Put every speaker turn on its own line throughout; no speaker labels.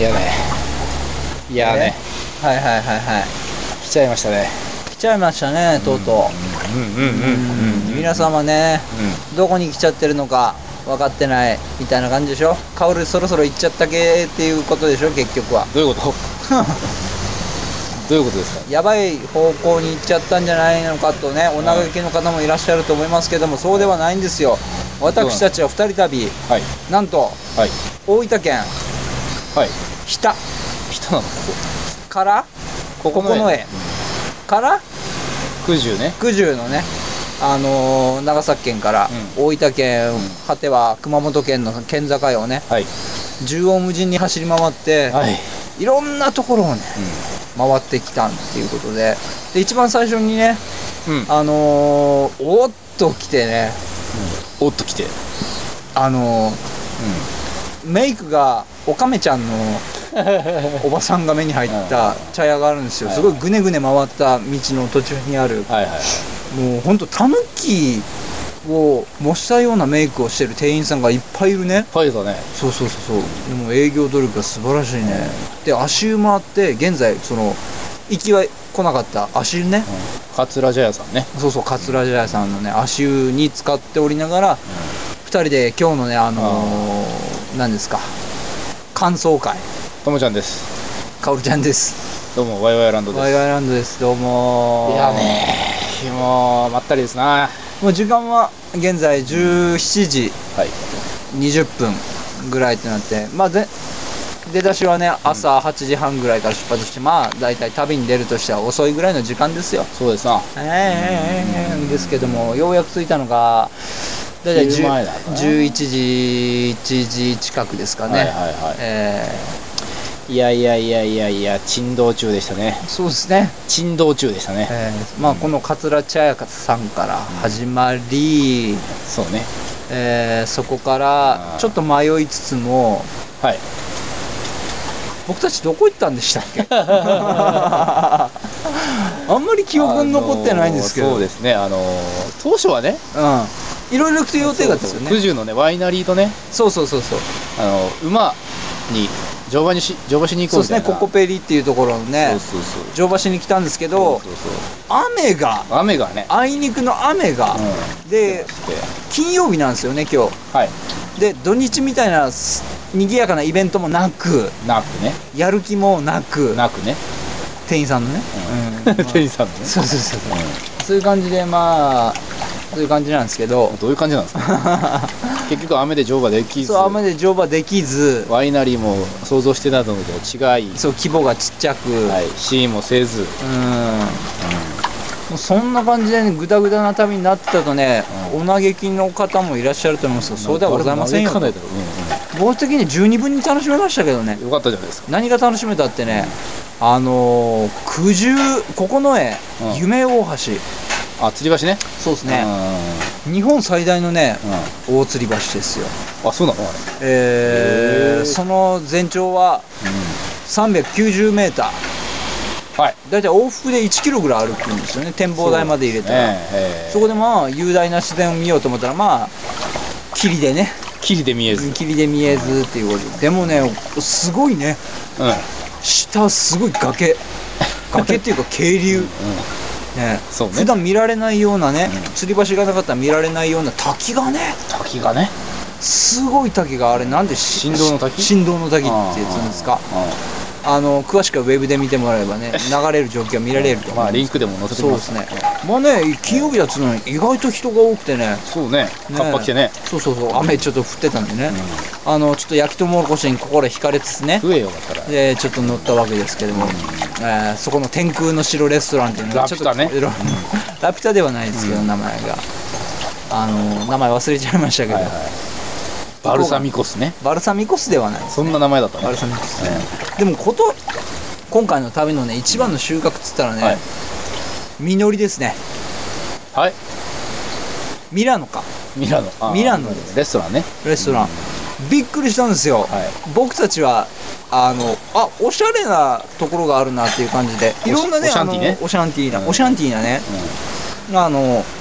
やねいやね
はいはいはいはい
来ちゃいましたね
来ちゃいましたねとうと
うんうん
ううん皆様ねどこに来ちゃってるのか分かってないみたいな感じでしょ薫そろそろ行っちゃったけっていうことでしょ結局は
どういうことどういうことですか
やばい方向に行っちゃったんじゃないのかとねお嘆きの方もいらっしゃると思いますけどもそうではないんですよ私たちは2人旅
はい
なんと
はい
大分県
はい
日田
人なの
から
ここ
この絵から
九十ね
九十のね、あのー長崎県から大分県、果ては熊本県の県境をね
はい
縦横無尽に走り回って、
はい
い、ろんなところをね回ってきたっていうことでで一番最初にね、
うんうん
あのーおっと来てね、
おっと来てうん
あのーメイクがおかめちゃんのおばさんが目に入った茶屋があるんですよ、
はい
すごいぐねぐね回った道の途中にある
はいはい
もうほんとタヌキを模したようなメイクをしてる店員さんがいっぱいいるね
はいだね
そうそうそうそうでも営業努力が素晴らしいねで足湯もあって現在その行きは来なかった足湯ね
桂茶屋さんね
そうそう桂茶屋さんのね足湯に使っておりながら2人で今日のねあのー何ですか感想会
ともちゃんです
かおるちゃんです
どうもワイワイランドです
ワイワイランドですどうも
い
ー
やねもうまったりですな
もう時間は現在17時
はい
20分ぐらいってなって、まあ、で出だしはね朝8時半ぐらいから出発して、まあ大体旅に出るとしては遅いぐらいの時間ですよ
そうですな
ええええええですけどもようやく着いたのが大体
昼前だから
11時1時近くですかね、
はいはいはい
え
いやいやいやいやいや珍道中でしたね
えそうですね、
珍道中でしたね
ええまあ、この桂茶屋さんから始まり、
そうね
ええそこからちょっと迷いつつも
はい
僕たちどこ行ったんでしたっ けあんまり記憶に残ってないんですけど、
あのーそうですねあのー当初はね
うんいろいろ行く予定だったんですよ
そうそう九
ね
十のねワイナリーとね
そうそうそうそう
あのー馬に乗馬にし乗馬しに行
そ
こ
う
う
で
み
す
たい
ね
な
ココペリっていうところのね
そうそうそう
乗馬しに来たんですけど
そうそうそ
雨が
う雨がね
あいにくの雨が、
うん
で金曜日なんですよね今日
はい
で土日みたいなす賑やかなイベントもなく
なくね
やる気もなく
なくね
店員さんのね、うん
店員さんのね
そうそうそうそう
う
そういう感じでまあそういう感じなんですけど
んどういう感じなんです か結局雨で乗馬できず
そう、雨で乗馬できず、
ワイナリーも想像してたのと違い、
そう、規模がちっちゃく、
はい、シーンもせず、
うん。もうそんな感じでね、ぐだぐだな旅になってたとね、
うん
お嘆きの方もいらっしゃると思いますけど、そうではございませんよ
嘆かない
と。
だろう
僕的に十二分に楽しめましたけどね
うんう。んよかったじゃないですか。
何が楽しめたってね、あのー、九十九重、
うん
夢大橋。
あ、吊り橋ね。
そうですね。日本最大のね
う、ん。う
大吊り橋ですよ。
ん。あ、そうなのあれ。
え
へ
ー、
ー
その全長は
う
390メーター。
ん。はい。
大体往復で1キロぐらい歩くんですよね展望台まで入れたらそ,、
ねええ
こでまあ雄大な自然を見ようと思ったらまあ霧でね
霧で見えず。うん。
霧で見えずっていうことででもねすごいね
うん。
下すごい 崖崖っていうか渓流、ね
そうね
普段見られないようなね、
うん
吊り橋がなかったら見られないような滝がね
滝がね。
すごい滝があれなんでし
振動の滝
振動の滝ってやつですかあの詳しくはウェブで見てもらえ ばね流れる状況が見られると
うん。
思い
ま
ま
あ、
す
リンクでも載せて
そう
み
で
ます
す
か
ね。まあね、金曜日だっつうのに意外と人が多くてね。
そうね。カッパ来てね。
そうそうそう、雨ちょっと降ってたんでね。あの、ちょっと焼きとうもろこしに心惹かれつつね。
食えよかったら。
で、ちょっと乗ったわけですけども、えーそこの天空の城レストランっていうのが
ラ
ち
ピ
ょ
ュ
っ
タ
と
ね
いろいろ ラピュタではないですけど、名前が。あの、名前忘れちゃいましたけど、
はいはい。バルサミコスね。
バルサミコスではないです。
そんな名前だったね。
バルサミコスね
うん。
でもこと、今回の旅のね、一番の収穫っつったらね、
はい
実りですね。
はい。
ミラノか。
ミラノ。あー
ミラノです
レストランね。
レストラン、びっくりしたんですよ、
はい
僕たちはあのあおしゃれなところがあるなっていう感じで
おし
いろんなね
オシャンティーね
あのオシャンティーな、
うん
オシャンティーなね
うん。
あの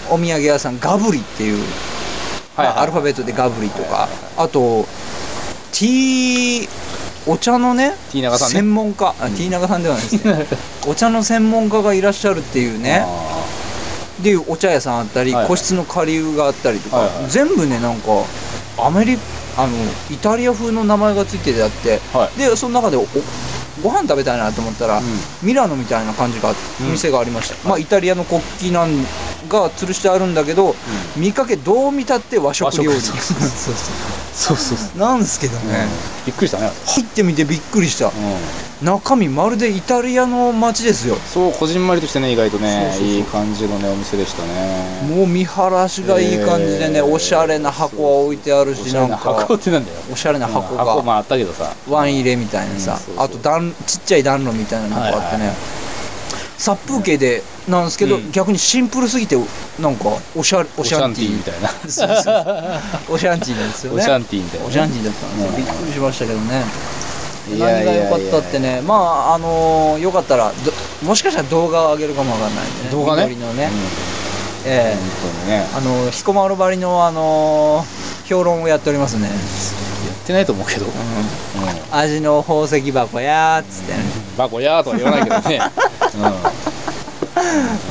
お土産屋さんガブリっていう、
はい
まあアルファベットでガブリとか、あとティーお茶のね
T 長さんね
専門家あ、
うん
T 長さんではないです ねお茶の専門家がいらっしゃるっていうね
あ
でお茶屋さんあったり、
はいはい
個室の下流があったりとか、
はいはい
全部ねなんかアメリあのイタリア風の名前がついててあって
ーはい
でその中でおご飯食べたいなと思ったら、
うん
ミラノみたいな感じが、
うん
店がありました、まあイタリアの国旗なんが吊るしてあるんだけど、見かけどう見たって和食料理
和食そ うそうそうそうそうそう
なんですけどね、
びっくりしたね
入ってみてびっくりした
うん
中身まるでイタリアの街ですよ
そうこじんまりとしてね意外とね
そうそうそう
いい感じのねお店でしたね
もう見晴らしがいい感じでね、
えー
おしゃれな箱は置いてあるし
おしゃ
な
れ
ん
な
か
箱ってなんだよ
おしゃれな箱が
うん箱もあったけどさ
ワイン入れみたいな
う
さ
んそう、そう
あと暖ちっちゃい暖炉みたいなのがあって
はいはい
ね
はい
殺風景でなんですけど
うん
逆にシンプルすぎてなんかおしゃれお
オ
し
シ
ゃ
ャ
ん
ン
テ
テ
ィ
ィ
ー
ーみたいな
そう そうおしゃんティーなんですよね
オシャンティーみたいな
おしゃんティーだったんですよ
うん
びっくりしましたけどね
い
何
やい
が
やいや
良かったってねまああのーよかったらどもしかしたら動画を上げるかもわかんないんでね
動画ね
緑のね
うん
ええ
本当にね
あの彦摩呂ばりのあのー評論をやっておりますね、
やってないと思うけど、うん
う味の宝石箱やーっつってね、
バコやーとは言わないけど ね、
う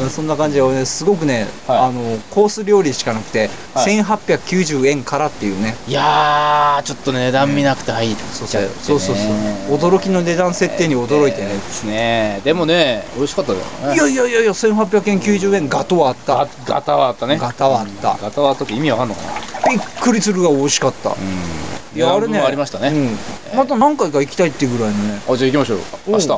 んそんな感じで俺ねすごくね、
はい
あのコース料理しかなくて、
はい
1890円からっていうね
うん、いやーちょっとね値段見なくて入っ
そう
ち
そ
ゃ
う
って、ね、
そうそう驚きの値段設定に驚いてね
えー、ですねでもね美味しかっただよね
いやいやいやいや1890円90円ガトはあった
ガガタはあったね
ガタはあった
ガタはあったって意味わかんのかな
びっくりするが美味しかった、
うん
いやあれ
値段
ね
分ありましたね、
うん
えー
また何回か行きたいっていうぐらいのね
あじゃあ行きましょう
おう
明日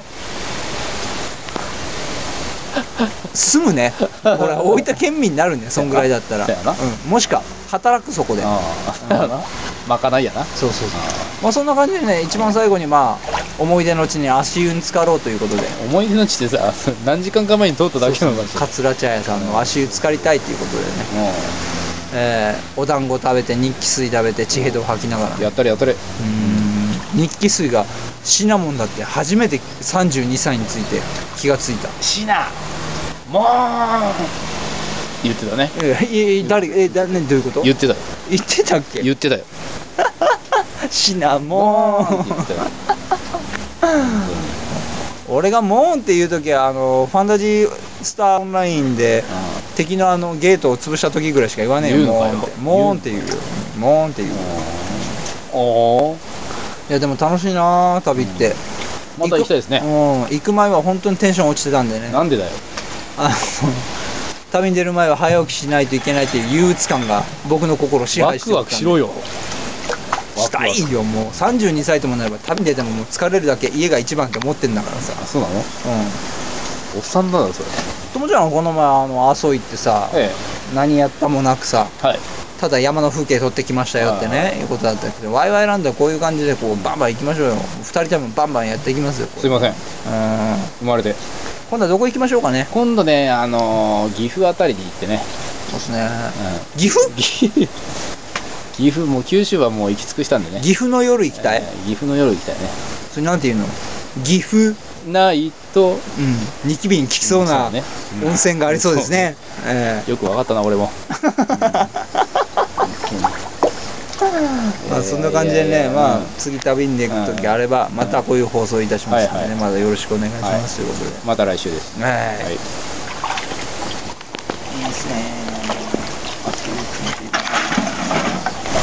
住むねほら大分県民になるねそんぐらいだったら
そうやな
うん、もしか働くそこで
ああだよなまかないやな
そうそうそう
あ
まあそんな感じでね一番最後にまあ思い出の地に足湯に浸かろうということで
あ思い出の地でさ何時間か前に通っただけなのかしら
桂茶屋さんの足湯浸かりたいということでね、
も
えーお団子食べて日記水食べて地ヘドを吐きながら
うやったれやったれ
うーん日記水がシナモンだって初めて32歳について気がついた
シナもう言ってたね
えええ誰えだねどういうこと
言ってたよ
言ってたっけ
言ってたよ
シナモ
もう
ン
言ってたよ
俺がモーンっていう時はあのファンタジースターオンラインで敵のあのゲートを潰した時ぐらいしか言わねえ
言
よ
うの
モ
かよ
ーンってモーンって言うよモーンって言う
おお
いやでも楽しいなあ旅って、
また行きたいです
う
ね
ん行く前は本当にテンション落ちてたんでね
なんでだよ
あの旅に出る前は早起きしないといけないっていう憂鬱感が僕の心を支
ワ
配して
クワクしろ
よ
よ
した
ワクワ
いよもう32歳ともなれば旅に出てももう疲れるだけ家が一番って思ってんだからさ
クあそうなの
うん
おっさんだなそれ
友ちゃんはこの前あの阿蘇行ってさ、
え
何やったもなくさ
えはい
ただ山の風景撮ってきましたよって
はいは
ねいうことだったけどワイワイランドはこういう感じでこうバンバン行きましょうよ2人多分バンバンやっていきますよこ
す
れ
いません
うん
生まれて
今度はどこ行きましょうかね
今度ねあのー岐阜あたりに行ってね
そうですね
う
岐阜
ん岐阜岐阜もう九州はもう行き尽くしたんでね
岐阜の夜行きたい
えー岐阜の夜行きたいね
それなんていうの岐阜
ないと
うん、ニキビに効きそうな
ねうん
温泉がありそうですね。ええ
よくわかったな俺も
まあそんな感じでね、まあ次旅に出る時あれば、
うん
またこういう放送いたします
はい
ので
は
ね、
い
まだよろしくお願いしますというこ
また来週です
とで。はい
はい
いいですね。